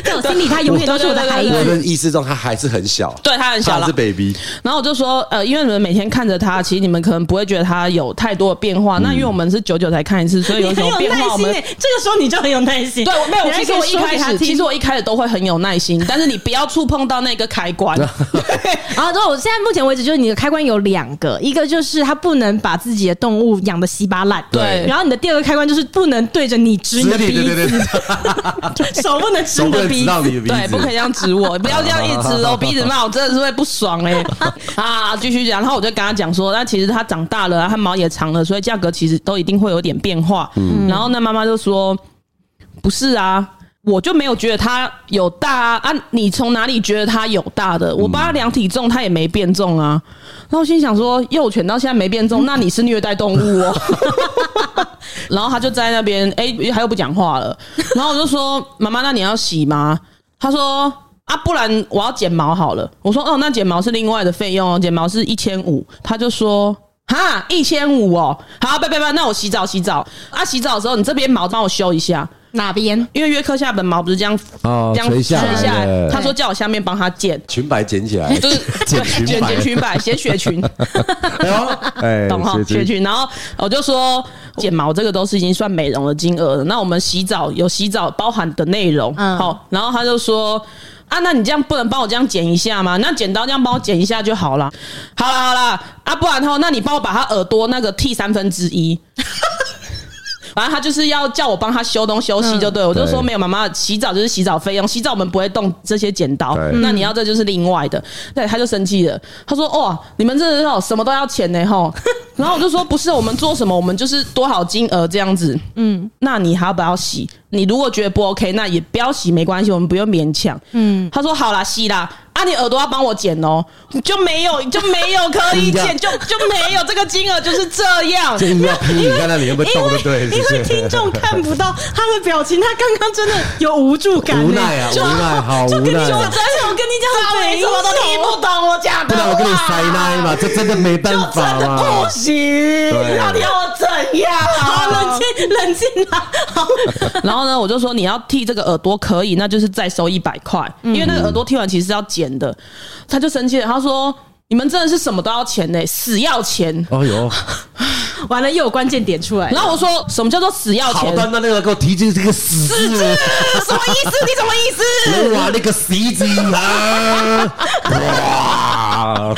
Speaker 3: 在我心里，它永远都是我的孩
Speaker 2: 对
Speaker 1: 我
Speaker 3: 子。
Speaker 1: 的意识中它还是很小，
Speaker 2: 对他很小
Speaker 1: 它
Speaker 2: 了
Speaker 1: 是。baby，
Speaker 2: 然后我就说，呃，因为你们每天看着他，其实你们可能不会觉得他有太多的变化。
Speaker 1: 嗯
Speaker 2: 那因为我们是久久才看一次，所以
Speaker 3: 你
Speaker 2: 有什
Speaker 3: 很
Speaker 2: 么
Speaker 3: 有
Speaker 2: 变
Speaker 3: 耐
Speaker 2: 化，我
Speaker 3: 心
Speaker 2: 们
Speaker 3: 诶、这个时候你就很有耐心。
Speaker 2: 对，我没有。
Speaker 3: 你
Speaker 2: 其
Speaker 3: 还
Speaker 2: 实
Speaker 3: 可以
Speaker 2: 我一
Speaker 3: 说给
Speaker 2: 开
Speaker 3: 他
Speaker 2: 始，
Speaker 3: 听
Speaker 2: 其实我一开始都会很有耐心，但是你不要触碰到那个开 关。
Speaker 3: 然后，我现在目前为止，就是你的开关有两个，一个就是它不能把自己的动物养的稀巴烂，
Speaker 2: 对
Speaker 3: 然后你的第二个开关就是不能对着你指你的
Speaker 1: 指你
Speaker 3: 鼻
Speaker 1: 对对对
Speaker 3: 子，手不能指
Speaker 1: 手
Speaker 3: 你
Speaker 1: 不
Speaker 3: 的
Speaker 1: 能
Speaker 3: 鼻
Speaker 1: 指
Speaker 3: 子
Speaker 1: 到。你的鼻
Speaker 2: 对，不可以
Speaker 1: 子。
Speaker 2: 这样指 我，不要这样一直指我鼻子骂我，真的是会不爽哎、 啊，继续讲，然后我就跟他讲说，那其实它长大了、啊，它毛也长了，所以价格其实都一定会有点变化。然后那妈妈就说，不是啊。我就没有觉得它有大啊！啊你从哪里觉得它有大的？我帮它量体重，它也没变重啊。然后我心想说，幼犬到现在没变重，那你是虐待动物哦。 然后他就在那边，哎、他又不讲话了。然后我就说：“妈妈，那你要洗吗？”他说：“啊，不然我要剪毛好了。”我说：“哦，那剪毛是另外的费用哦，剪毛是一千五。”他就说。哈，一千五哦，好，拜拜拜，那我洗澡洗澡啊，洗澡的时候你这边毛帮我修一下，
Speaker 3: 哪边？
Speaker 2: 因为约克夏本毛不是这样
Speaker 1: 哦
Speaker 2: 这样
Speaker 1: 垂下
Speaker 3: 来
Speaker 1: 的
Speaker 2: 他说叫我下面帮他剪，
Speaker 1: 裙摆捡起来，
Speaker 2: 就是
Speaker 1: 剪
Speaker 2: 对
Speaker 1: 裙
Speaker 2: 剪
Speaker 1: 摆
Speaker 2: 剪裙摆，写雪裙，
Speaker 1: 哎
Speaker 2: 懂哈，学区。然后我就说，剪毛这个都是已经算美容的金额了。那我们洗澡有洗澡包含的内容，
Speaker 3: 嗯
Speaker 2: 好。然后他就说。啊，那你这样不能帮我这样剪一下吗？那剪刀这样帮我剪一下就好了。好啦好啦，啊，不然后那你帮我把他耳朵那个剃三分之一。反正他就是要叫我帮他修东修西，就对、我就说
Speaker 1: 对
Speaker 2: 没有，妈妈洗澡就是洗澡费用，洗澡我们不会动这些剪刀
Speaker 1: 对，
Speaker 2: 那你要这就是另外的。对，他就生气了，他说：“哇，你们这哦什么都要钱呢吼。”然后我就说：“不是，我们做什么，我们就是多少金额这样子。嗯，那你还要不要洗？你如果觉得不 OK，那也不要洗，没关系，我们不用勉强。嗯，他说：“好啦，洗啦。”啊，啊，你耳朵要帮我剪哦，就没有就没有可 以
Speaker 1: 人
Speaker 2: 剪，就就没有这个金额就是这样。
Speaker 1: 就硬要拼你看那脸会不会动，对不对？
Speaker 3: 因为听众看不到他的表情，他刚刚真的有无助感、欸
Speaker 1: 无奈啊，无
Speaker 3: 就
Speaker 1: 奈，好
Speaker 3: 就
Speaker 1: 无
Speaker 3: 跟你
Speaker 1: 奈
Speaker 3: 讲，真
Speaker 1: 啊。
Speaker 3: 的，我跟你
Speaker 2: 他
Speaker 3: 讲，
Speaker 2: 为什么都听不懂我讲的
Speaker 1: 不
Speaker 2: 话？
Speaker 1: 然我跟你塞奶嘛，这真的没办
Speaker 2: 就
Speaker 1: 法
Speaker 2: 真的
Speaker 1: 嘛
Speaker 2: 不。行，
Speaker 1: 对啊
Speaker 2: 到底要我怎样？
Speaker 3: 好，冷静，冷静啦。好，
Speaker 2: 然后呢，我就说你要剃这个耳朵可以，那就是再收一百块，因为那个耳朵剃完其实是要剪的。他就生气了，他说。你们真的是什么都要钱呢、死要钱！
Speaker 1: 哦呦，
Speaker 3: 完了又有关键点出 来了。
Speaker 2: 然后我说什么叫做死要
Speaker 1: 好
Speaker 2: 钱？
Speaker 1: 端端那个给我提起这个死字，
Speaker 2: 什么意思？你什么意 思？
Speaker 1: 哇，那个死字啊，哇，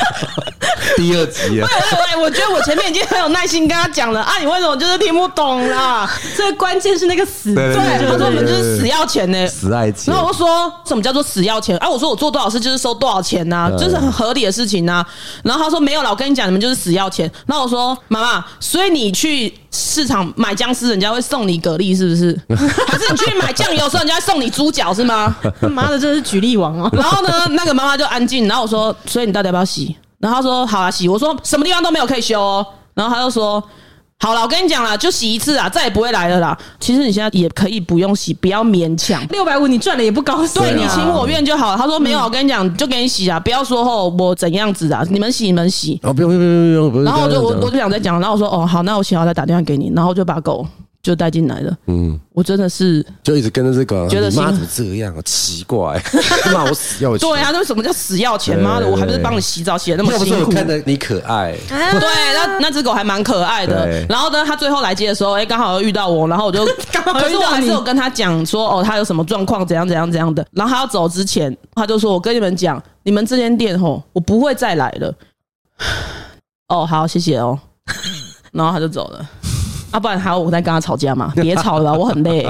Speaker 1: 第二集 啊，
Speaker 2: 对，我觉得我前面已经很有耐心跟他讲了啊，你为什么就是听不懂 啦？
Speaker 3: 最关键是那个死，
Speaker 1: 对
Speaker 2: 对，他说我们就是死要钱呢、
Speaker 1: 死爱情
Speaker 2: 然，后我就说什么叫做死要钱？啊，我说我做多少事就是收多少钱呐、
Speaker 1: 嗯
Speaker 2: 这是很合理的事情呐、然后他说没有啦，我跟你讲，你们就是死要钱。然后我说妈妈，所以你去市场买姜丝，人家会送你蛤蜊是不是？还是你去买酱油的时候，人家会送你猪脚是吗？
Speaker 3: 妈的，这是举例王哦。
Speaker 2: 然后呢，那个妈妈就安静。然后我说，所以你到底要不要洗？然后她说好啦，啊洗。我说什么地方都没有可以修哦。然后她就说。好了，我跟你讲啦，就洗一次啊，再也不会来了啦。其实你现在也可以不用洗，不要勉强。
Speaker 3: 六百五你赚了也不高兴啊，
Speaker 1: 对
Speaker 2: 对
Speaker 1: 啊嗯
Speaker 2: 你情我愿就好了。他说没有，我跟你讲，就给你洗啊，不要说后我怎样子啊，你们洗你们洗。
Speaker 1: 哦，不用不用不用不用，
Speaker 2: 然后我就我我就不想再讲，然后我说哦好，那我洗好再打电话给你，然后就把狗就带进来了。嗯，我真的是
Speaker 1: 就一直跟着这个，
Speaker 2: 觉得
Speaker 1: 你妈
Speaker 2: 辛
Speaker 1: 怎么这样啊？奇怪， 骂我死要钱。
Speaker 2: 对啊，那什么叫死要钱？妈的，
Speaker 1: 对
Speaker 2: 我还不是帮你洗澡洗的那么
Speaker 1: 要不是
Speaker 2: 辛
Speaker 1: 我
Speaker 2: 苦。
Speaker 1: 看着你可爱，
Speaker 3: 啊
Speaker 2: 对，那那只狗还蛮可爱的
Speaker 1: 对。
Speaker 2: 然后呢，它最后来接的时候，哎、刚好又遇到我，然后我就，
Speaker 3: 刚好遇到
Speaker 2: 可是我还是有跟他讲说，哦，他有什么状况，怎样怎样怎样的。然后他要走之前，他就说：“我跟你们讲，你们这间店吼，我不会再来了。”哦，好，谢谢哦。然后他就走了。啊，不然还要我再跟他吵架 嘛？别吵了吧，我很累。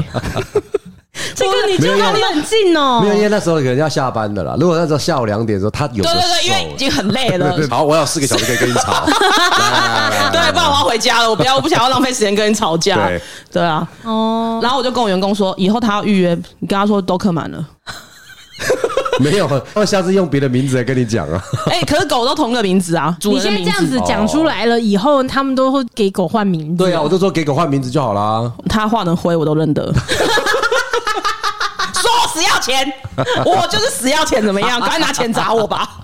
Speaker 3: 这个你就要冷静哦
Speaker 1: 没。有，因为那时候可能要下班的啦。如果那时候下午两点的时候，他有的
Speaker 2: 对对对，因为已
Speaker 1: 瘦
Speaker 2: 经很累了。
Speaker 1: 好，我还有四个小时可以跟你吵。
Speaker 2: 对，不然我要回家了。我不要，我不想要浪费时间跟你吵架。
Speaker 1: 对
Speaker 2: 对啊，
Speaker 3: 哦，
Speaker 2: 然后我就跟我员工说，以后他要预约，你跟他说都客满了。
Speaker 1: 没有，那下次用别的名字来跟你讲 啊。
Speaker 2: 哎、可是狗都同个名字啊，主
Speaker 3: 你
Speaker 2: 人的
Speaker 3: 现在
Speaker 2: 名
Speaker 3: 这样
Speaker 2: 字。
Speaker 3: 子讲出来了以后，他们都会给狗换名字。
Speaker 1: 对啊，我就说给狗换名字就好啦。
Speaker 2: 他画的灰我都认 得。说我死要钱，我就是死要钱，怎么样？赶快拿钱砸我吧！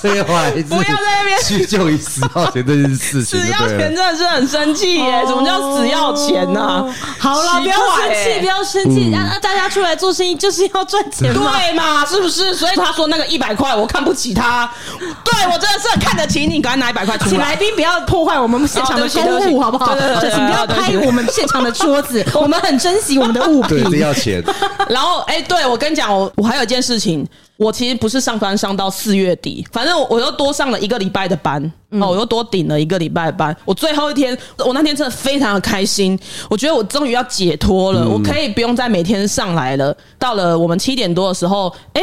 Speaker 1: 最后还是
Speaker 2: 不要在那边
Speaker 1: 去就以死要钱这件事情
Speaker 2: 死
Speaker 1: 就
Speaker 2: 要
Speaker 1: 对
Speaker 2: 钱真
Speaker 1: 了。
Speaker 2: 的是很生气耶、
Speaker 3: 哦
Speaker 2: 什么叫死要钱呢、
Speaker 3: 好了，不
Speaker 2: 奇
Speaker 3: 要
Speaker 2: 怪欸耶
Speaker 3: 生气，不要生气，
Speaker 2: 嗯
Speaker 3: 让让大家出来做生意就是要赚钱嘛。
Speaker 2: 对嘛？是不是？所以他说那个一百块，我看不起他。对我真的是很看得起你，赶快拿一百块出
Speaker 3: 请
Speaker 2: 来
Speaker 3: 来。宾不要破坏我们现场的公物，好不好？
Speaker 2: 哦对不起对不起对对对
Speaker 3: 请不要
Speaker 2: 对对对
Speaker 3: 拍
Speaker 2: 对
Speaker 3: 我们现场的 桌子，我们很珍惜我们的物
Speaker 1: 对，这
Speaker 3: 品。
Speaker 1: 要钱。
Speaker 2: 然后，哎、对我跟你讲，我我还有一件事情，我其实不是上班上到四月底，反正我我又多上了一个礼拜的班，哦，我又多顶了一个礼拜的班。我最后一天，我那天真的非常的开心，我觉得我终于要解脱了，我可以不用再每天上来了。到了我们七点多的时候，哎、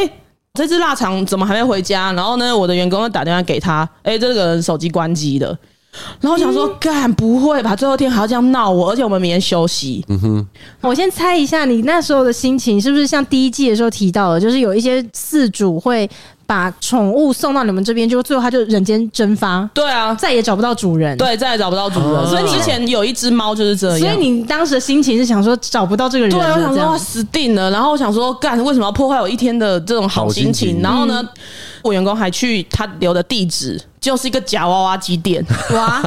Speaker 2: 这只腊肠怎么还没回家？然后呢，我的员工又打电话给他，哎、这个人手机关机的。然后我想说，干不会吧？最后一天还要这样闹我，而且我们明天休息。
Speaker 3: 我先猜一下，你那时候的心情是不是像第一季的时候提到的，就是有一些饲主会把宠物送到你们这边，就最后它就人间蒸发，
Speaker 2: 对啊，
Speaker 3: 再也找不到主人。。
Speaker 2: 对，再也找不到主
Speaker 1: 哦
Speaker 2: 人。所以之前有一只猫就是这样。
Speaker 3: 所以你当时的心情是想说找不到这个人
Speaker 2: 对，啊
Speaker 3: 了，
Speaker 2: 我想
Speaker 3: 这
Speaker 2: 说哇
Speaker 3: 样
Speaker 2: 死定了。然后我想说，干为什么要破坏我一天的这种好心情？
Speaker 1: 好心情
Speaker 2: 然后呢，我员工还去他留的地址，就是一个假娃娃机 店。
Speaker 3: 哇，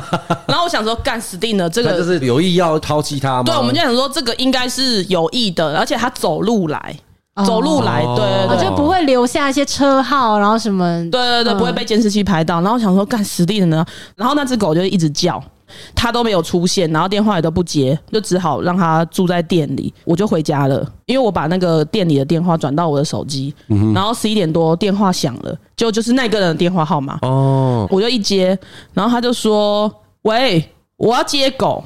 Speaker 2: 然后我想说，干死定了，这
Speaker 1: 他
Speaker 2: 个
Speaker 1: 就是嗯有意要抛弃他吗？
Speaker 2: 对，我们就想说这个应该是有意的，而且他走路来，走路来，
Speaker 1: 哦
Speaker 2: 对对
Speaker 3: 我
Speaker 2: 对
Speaker 1: 哦。
Speaker 3: 就不会留下一些车号，然后什么，
Speaker 2: 对对对，
Speaker 3: 嗯
Speaker 2: 不会被监视器拍到。然后想说干死定了呢，然后那只狗就一直叫，它都没有出现，然后电话也都不接，就只好让它住在店里。我就回家了，因为我把那个店里的电话转到我的手机，然后十一点多电话响了，就就是那个人的电话号码，
Speaker 1: 哦，
Speaker 2: 我就一接，然后他就说：“喂，我要接狗。”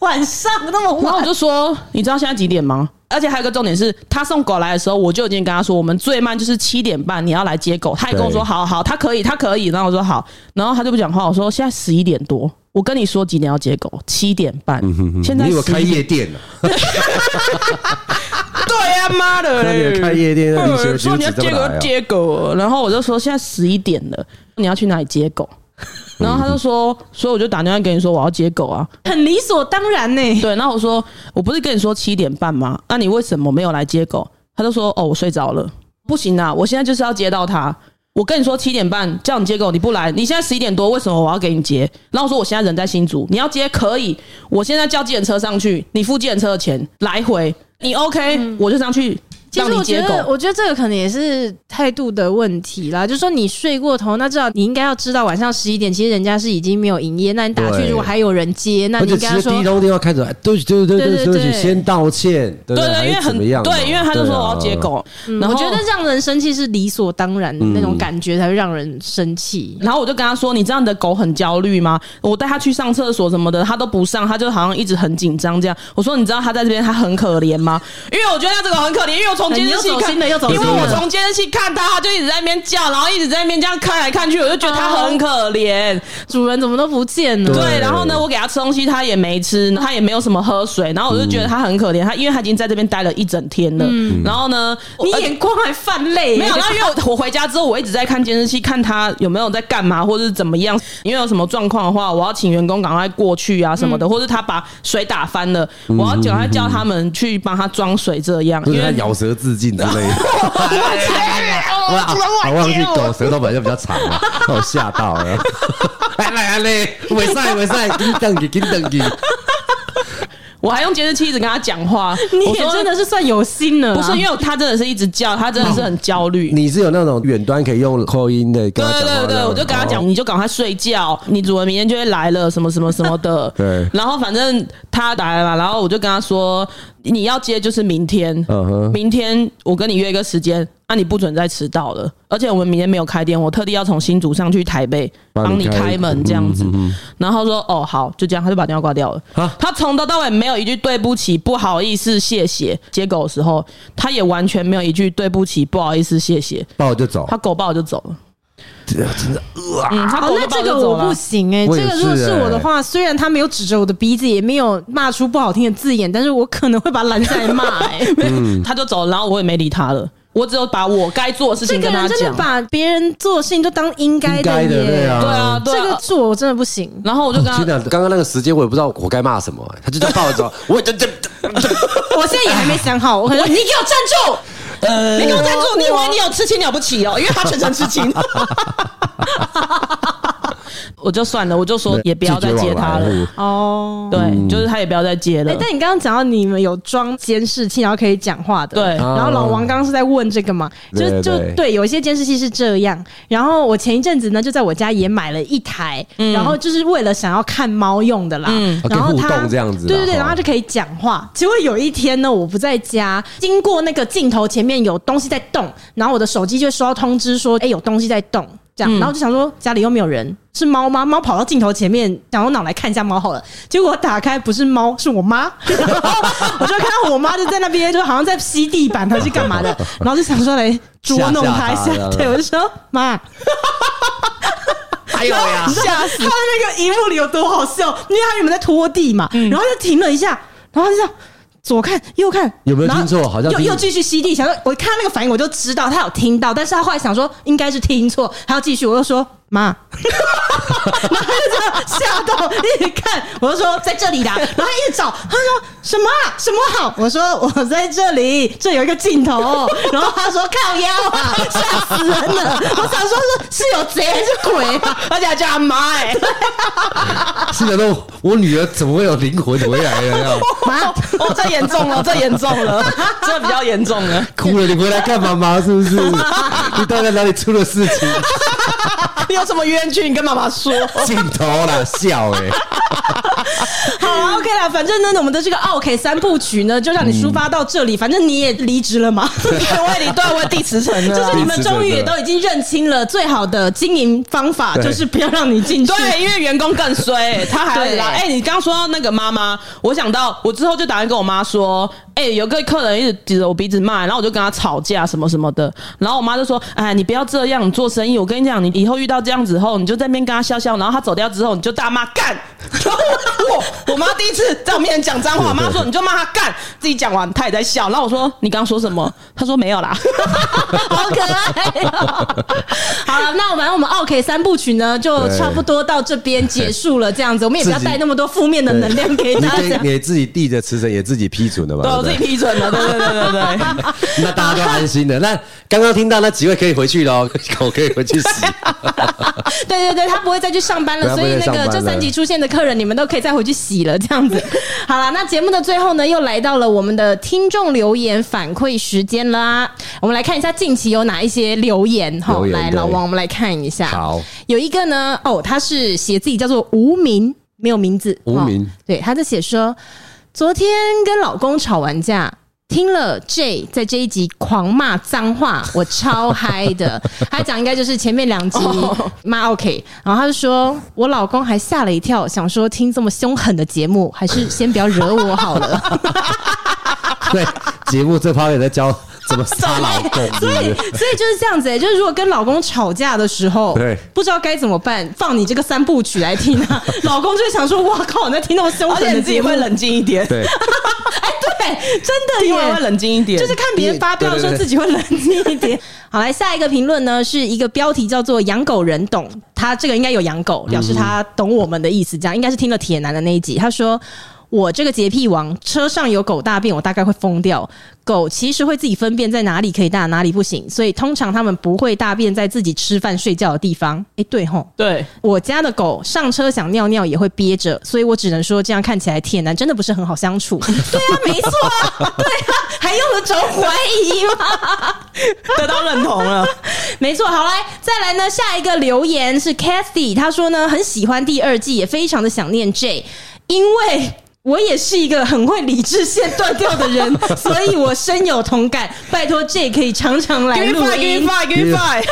Speaker 3: 晚上那么
Speaker 2: 然后我
Speaker 3: 晚，
Speaker 2: 就说：“你知道现在几点吗？”而且还有一个重点是，他送狗来的时候，我就已经跟他说，我们最慢就是七点半，你要来接狗。他也跟我说：“
Speaker 1: 对
Speaker 2: 好好，他可以，他可以。”然后我说：“好。”然后他就不讲话。我说：“现在十一点多，我跟你说几点
Speaker 4: 嗯
Speaker 2: 要接狗？七点半。现在
Speaker 1: 你有
Speaker 2: 11
Speaker 1: 开夜店啊？
Speaker 2: 对，对呀、妈的
Speaker 4: 那
Speaker 2: 嘞！
Speaker 4: 你开夜店那你
Speaker 2: 对
Speaker 4: 学
Speaker 2: 说你要
Speaker 4: 学怎
Speaker 2: 接
Speaker 4: 么
Speaker 2: 狗
Speaker 4: 来啊
Speaker 2: 接狗，然后我就说现在十一点了，你要去哪里接狗？然后他就说，
Speaker 4: 嗯
Speaker 2: 所以我就打电话给你说我要接狗啊。
Speaker 5: 很理所当然呢、
Speaker 2: 对，那我说我不是跟你说七点半吗？那、你为什么没有来接狗？他就说哦，我睡着了，不行啊，我现在就是要接到他。我跟你说七点半叫你接狗，你不来，你现在十一点多，为什么我要给你接？然后我说我现在人在新竹，你要接可以，我现在叫计程车上去，你付计程车的钱，来回你 OK，、我就上去
Speaker 3: 嗯其
Speaker 2: 让
Speaker 3: 实
Speaker 2: 你
Speaker 3: 我
Speaker 2: 接狗。
Speaker 3: 觉得，我觉得这个可能也是态度的问题啦。就说你睡过头，那至少你应该要知道晚上十一点，其实人家是已经没有营业。那你打去
Speaker 4: 对
Speaker 3: 如果还有人接，那
Speaker 4: 而
Speaker 3: 你
Speaker 4: 且
Speaker 3: 应
Speaker 4: 其
Speaker 3: 该要
Speaker 4: 实第
Speaker 3: 说
Speaker 4: 一通电话开始，哎对不起，对对对
Speaker 3: 对
Speaker 4: 对
Speaker 3: 对
Speaker 4: 对不起，
Speaker 3: 对
Speaker 4: 先道歉，对
Speaker 2: 对
Speaker 4: 还
Speaker 2: 对，因为
Speaker 4: 是怎
Speaker 2: 很
Speaker 4: 么样嘛？啊
Speaker 2: 对，因为他就说我要接
Speaker 4: 对啊。
Speaker 2: 狗，然
Speaker 3: 嗯
Speaker 2: 后
Speaker 3: 我觉得让人生气是理所当嗯然的、那种感觉，才会让人生 气。
Speaker 2: 然后我就跟他说：“你这样的狗很焦虑吗？”我带他去上厕所什么的，他都不上，他就好像一直很紧张这样。我说：“你知道他在这边他很可怜吗？”因为我觉得他这个很可怜，因为我从监视器
Speaker 3: 哎你又走
Speaker 2: 看
Speaker 3: 心了又走
Speaker 2: 因
Speaker 3: 心
Speaker 2: 为
Speaker 3: 了
Speaker 2: 我从监视器看他，他就一直在那边叫，然后一直在那边这样看来看去，我就觉得他很可怜。
Speaker 3: 哦主人怎么都不见了？
Speaker 2: 对，然后呢，我给他吃东西，他也没
Speaker 3: 嗯
Speaker 2: 吃，他也没有什么喝水，然后我就觉得他很可怜，他因为他已经在这边待了一整天了。然后呢，
Speaker 3: 你
Speaker 2: 而且
Speaker 3: 嗯眼光还泛泪、
Speaker 2: 没有，那因为我我回家之后，我一直在看监视器，看他有没有在干嘛，或者是怎么样。因为有什么状况的话，我要请员工赶快过去啊什
Speaker 3: 嗯
Speaker 2: 么的，或是他把水打翻了，我要赶快叫他们去帮他装水，这样。
Speaker 4: 不
Speaker 2: 因
Speaker 4: 是他
Speaker 2: 为
Speaker 4: 咬舌自尽之类 的，
Speaker 3: 哎
Speaker 4: 哇！我忘记狗舌头本来就比较长了， 把我吓到了。 来来来嘞，尾赛尾赛，紧等你，紧等你。
Speaker 2: 我还用监视器一直跟他讲话，
Speaker 3: 你
Speaker 2: 我
Speaker 3: 也
Speaker 2: 说
Speaker 3: 真的是啊算有心了
Speaker 2: 不
Speaker 3: 啦。
Speaker 2: 是，因为他真的是一直叫，他真的是很焦虑。
Speaker 4: 你是有那种远端可以用口音的跟
Speaker 2: 对
Speaker 4: 他讲
Speaker 2: 对
Speaker 4: 话的
Speaker 2: 对，我就跟他讲，
Speaker 4: 哦
Speaker 2: 你就赶快睡觉，你主人明天就会来了，什么什么什么的。
Speaker 4: 对
Speaker 2: 然后反正他打来嘛，然后我就跟他说，你要接就是明天
Speaker 4: 嗯哼，
Speaker 2: 明天我跟你约一个时间，啊，你不准再迟到了。而且我们明天没有开店，我特地要从新竹上去台北帮
Speaker 4: 帮
Speaker 2: 你
Speaker 4: 你
Speaker 2: 开
Speaker 4: 开嗯
Speaker 2: 门这样子。然后说哦好，就这样，他就把电话挂掉了
Speaker 4: 啊。
Speaker 2: 他从头到尾没有一句对不起、不好意思、谢谢。接狗的时候，他也完全没有一句对不起、不好意思、谢谢。
Speaker 4: 抱我 就走
Speaker 2: 他。狗抱我就走了。真的，嗯，他
Speaker 3: 好，
Speaker 2: 狗
Speaker 3: 哦那
Speaker 2: 就抱
Speaker 3: 这
Speaker 2: 我就
Speaker 3: 个
Speaker 2: 走
Speaker 3: 我
Speaker 2: 了
Speaker 3: 不。行哎、
Speaker 4: 我也
Speaker 3: 这个如果
Speaker 4: 是
Speaker 3: 是
Speaker 4: 欸
Speaker 3: 我的话，虽然他没有指着我的鼻子，也没有骂出不好听的字眼，但是我可能会把他拦下来 骂哎、
Speaker 2: 他就走了，然后我也没理他了。我只有把我该做的事
Speaker 3: 这
Speaker 2: 情
Speaker 3: 个
Speaker 2: 跟他
Speaker 3: 人真
Speaker 2: 讲
Speaker 3: 的。把别人做的事情都当应该
Speaker 4: 应该
Speaker 3: 耶，
Speaker 4: 的对啊
Speaker 2: 对啊，对
Speaker 3: 这
Speaker 2: 啊
Speaker 3: 个。做我真的不行。
Speaker 2: 然后我就跟他
Speaker 4: 天哪！刚刚那个时间我也不知道我该骂什么，他就在抱着走，我这这
Speaker 3: 我现在也还没想好，我可能
Speaker 2: 你给我站住！你给我站住！你以为你有痴情了不起哦？因为他全程痴情。我就算了，我就说也不要再接他了。。
Speaker 3: 哦。
Speaker 2: 对，就是他也不要再接
Speaker 3: 哎、
Speaker 2: 了。
Speaker 3: 但你刚刚讲到你们有装监视器，然后可以讲话的，
Speaker 2: 对
Speaker 3: 然后老王刚刚是在问这个嘛，就
Speaker 4: 对
Speaker 3: 就
Speaker 4: 对
Speaker 3: 对，有一些监视器是这样。然后我前一阵子呢，就在我家也买了一台，然后就是为了想要看猫用的啦。
Speaker 2: 嗯
Speaker 4: 啊可以
Speaker 3: 然后
Speaker 4: 互
Speaker 3: 它
Speaker 4: 动这样子啦
Speaker 3: 对对对，
Speaker 4: 哦
Speaker 3: 然后它就可以讲话。结果有一天呢，我不在家，经过那个镜头前面有东西在动，然后我的手机就会收到通知说，哎、有东西在动。这
Speaker 4: 嗯
Speaker 3: 样，然后我就想说家里又没有人，是猫吗？猫跑到镜头前面，想用脑来看一下猫好了。结果我打开不是猫，是我妈。 然后我就看到我妈就在那边，就好像在吸地板还是干嘛的，然后就想说来捉弄她一下
Speaker 4: 吓吓 她。
Speaker 3: 对，我就说妈，
Speaker 2: 哎
Speaker 4: 还有呀
Speaker 3: 你知道他的那个荧幕里有多好笑？因为他原本在拖地嘛，
Speaker 4: 嗯
Speaker 3: 然后就停了一下，然后就这样。左看右看，
Speaker 4: 有没有
Speaker 3: 然后
Speaker 4: 听错好像
Speaker 3: 又
Speaker 4: 听
Speaker 3: 又继续吸地，想说我看他那个反应，我就知道他有听到，但是他后来想说应该是听错，还要继续，我就说妈， 然后他就这样吓到，一直看，我就说在这里 啦，然后他一直找，他说什么啊什么好，我说我在这里，这有一个镜头，然后他说靠腰啊，吓死人了，我想说是是有贼还是鬼啊？
Speaker 2: 而且还叫他妈
Speaker 3: 欸
Speaker 2: 哎，
Speaker 4: 是的，都我女儿怎么会有灵魂回来了呀？
Speaker 3: 妈，
Speaker 2: 哦，这严重了，这严重 了，这比较严重了。
Speaker 4: 哭了，你回来干嘛嘛？是不是？你到底哪里出了事情？
Speaker 2: 你 有什么冤屈，你跟妈妈说。
Speaker 4: 镜头啦，笑哎、
Speaker 3: 好啊，OK 啦，反正呢，我们的这个 OK 三部曲呢，就让你抒发到这里。反正你也离职 了嘛，
Speaker 2: 我也离段位第十层了
Speaker 3: 就
Speaker 2: 啊。
Speaker 3: 是你们终于也都已经认清了，最好的经营方 法
Speaker 4: 对
Speaker 3: 就是不要让你进去。
Speaker 2: 对，因为员工更衰、 他还要拉。
Speaker 3: 对
Speaker 2: 哎、你刚刚说到那个妈妈，我想到我之后就打算跟我妈说，哎、有个客人一直指着我鼻子骂，然后我就跟他吵架什么什么的，然后我妈就说，哎，你不要这样你做生意，我跟你讲，你以后遇到这样子后，你就在那边跟他笑笑，然后他走掉之后，你就大骂干。然后我我妈第一次在我面前讲脏话，我妈说你就骂他干，自己讲完她也在笑，然后我说你刚刚说什么？她说没有啦。
Speaker 3: 好可爱、哦。好了，那我们我们 OK 三部曲呢，就
Speaker 1: 对
Speaker 3: 差不多到这边结束了。这样子，我们也不要
Speaker 1: 自己
Speaker 3: 带那么多负面的能量给
Speaker 1: 你
Speaker 3: 大
Speaker 1: 给
Speaker 3: 家。
Speaker 1: 你自己递着吃神也自己批准的嘛，
Speaker 2: 对，
Speaker 1: 对
Speaker 2: 我
Speaker 1: 不
Speaker 2: 自
Speaker 1: 对
Speaker 2: 己批准了，对对对对对对。
Speaker 1: 那大家都安心了。那刚刚听到那几位可以回去喽，狗可以回去洗。
Speaker 3: 对对对，他不会再去上班了，
Speaker 1: 对他
Speaker 3: 所
Speaker 1: 不
Speaker 3: 以
Speaker 1: 会再
Speaker 3: 那个
Speaker 1: 上班
Speaker 3: 这
Speaker 1: 了
Speaker 3: 三集出现的客人，你们都可以再回去洗了，这样 子。好了，那节目的最后呢，又来到了我们的听众留言反馈时间啦。我们来看一下近期有哪一些留言哈
Speaker 1: 留，言
Speaker 3: 来
Speaker 1: 对
Speaker 3: 老王，我们来看一下。
Speaker 1: 好，
Speaker 3: 有一个呢，哦，他是写自己叫做无名，没有名字，
Speaker 1: 无名
Speaker 3: 哦对，他在写说，昨天跟老公吵完架。听了 J 在这一集狂骂脏话，我超嗨 的。他讲应该就是前面两集
Speaker 2: 哦
Speaker 3: 骂 OK，然后他就说，我老公还吓了一跳，想说听这么凶狠的节目，还是先不要惹我好了。
Speaker 1: 对，节目这方面在教怎么杀老公， 嗯
Speaker 3: 所
Speaker 1: 对
Speaker 3: 以，
Speaker 1: 不对
Speaker 3: 所以就是这样子、欸，就是如果跟老公吵架的时候，
Speaker 1: 对
Speaker 3: 不知道该怎么办，放你这个三部曲来听 啊，老公就会想说：“哇靠，你在听那么 凶
Speaker 2: 而且
Speaker 3: 狠
Speaker 2: 啊
Speaker 3: 的
Speaker 2: 你自己
Speaker 3: 节目。”
Speaker 2: 会冷静一点，
Speaker 1: 对，
Speaker 3: 哎，对，真的
Speaker 2: 因为
Speaker 3: 耶
Speaker 2: 会。冷静一点，
Speaker 3: 就是看别人发飙的时候，
Speaker 1: 对对对
Speaker 3: 自己会冷静一点。好，来下一个评论呢，是一个标题叫做“养狗人懂”，他这个应该有养狗，表示他懂我们的意思，这样应该是听了铁男的那一集。他说：“我这个洁癖王，车上有狗大便，我大概会疯掉。狗其实会自己分辨在哪里可以大，哪里不行，所以通常它们不会大便在自己吃饭睡觉的地方。诶，对吼，
Speaker 2: 对，
Speaker 3: 我家的狗上车想尿尿也会憋着，所以我只能说这样看起来铁男真的不是很好 相处。对啊，没错啊，对啊，还用得着怀疑吗？
Speaker 2: 得到认同 了，
Speaker 3: 没错，好来，再来呢，下一个留言是 Cathy，她说呢很喜欢第二季，也非常的想念 J，因为。我也是一个很会理智线断掉的 人，所以我深有同感。拜托 J 可以常常来录音。
Speaker 2: five，give me five，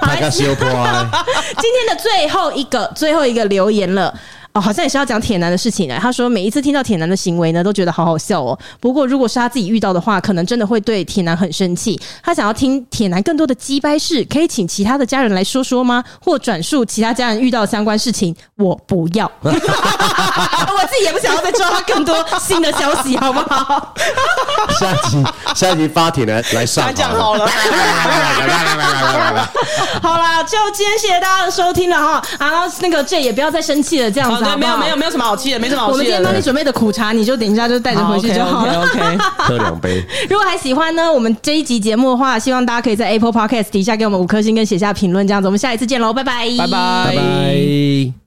Speaker 1: 大家修破啊，
Speaker 3: 今天的最后一个最后一个留言了。哦，好像也是要讲铁男的事情哎。他说每一次听到铁男的行为呢，都觉得好好笑哦。不过如果是他自己遇到的话，可能真的会对铁男很生气。他想要听铁男更多的鸡掰事，可以请其他的家人来说说吗？或转述其他家人遇到的相关事情？我不 要， 我自己也不想要再抓更多新的消息，好不好？
Speaker 1: 下集下集发帖来来上
Speaker 2: 他讲好了。
Speaker 3: 好啦，就今天谢谢大家的收听了哈。啊，那个 J 也不要再生气了，这样子
Speaker 2: 好
Speaker 3: 好不好
Speaker 2: 的，没有没有没有什么好气的，没什么好
Speaker 3: 我们
Speaker 2: 气
Speaker 3: 今天帮你
Speaker 2: 的。
Speaker 3: 准备的苦茶，你就等一下就带着回去就好了。
Speaker 2: OK，
Speaker 1: 喝两杯，
Speaker 3: 如果还喜欢呢，我们这一集节目的话，希望大家可以在 Apple Podcast 底下给我们五颗星跟写下评论，这样子。我们下一次见喽，拜拜，
Speaker 2: 拜拜
Speaker 1: 拜拜。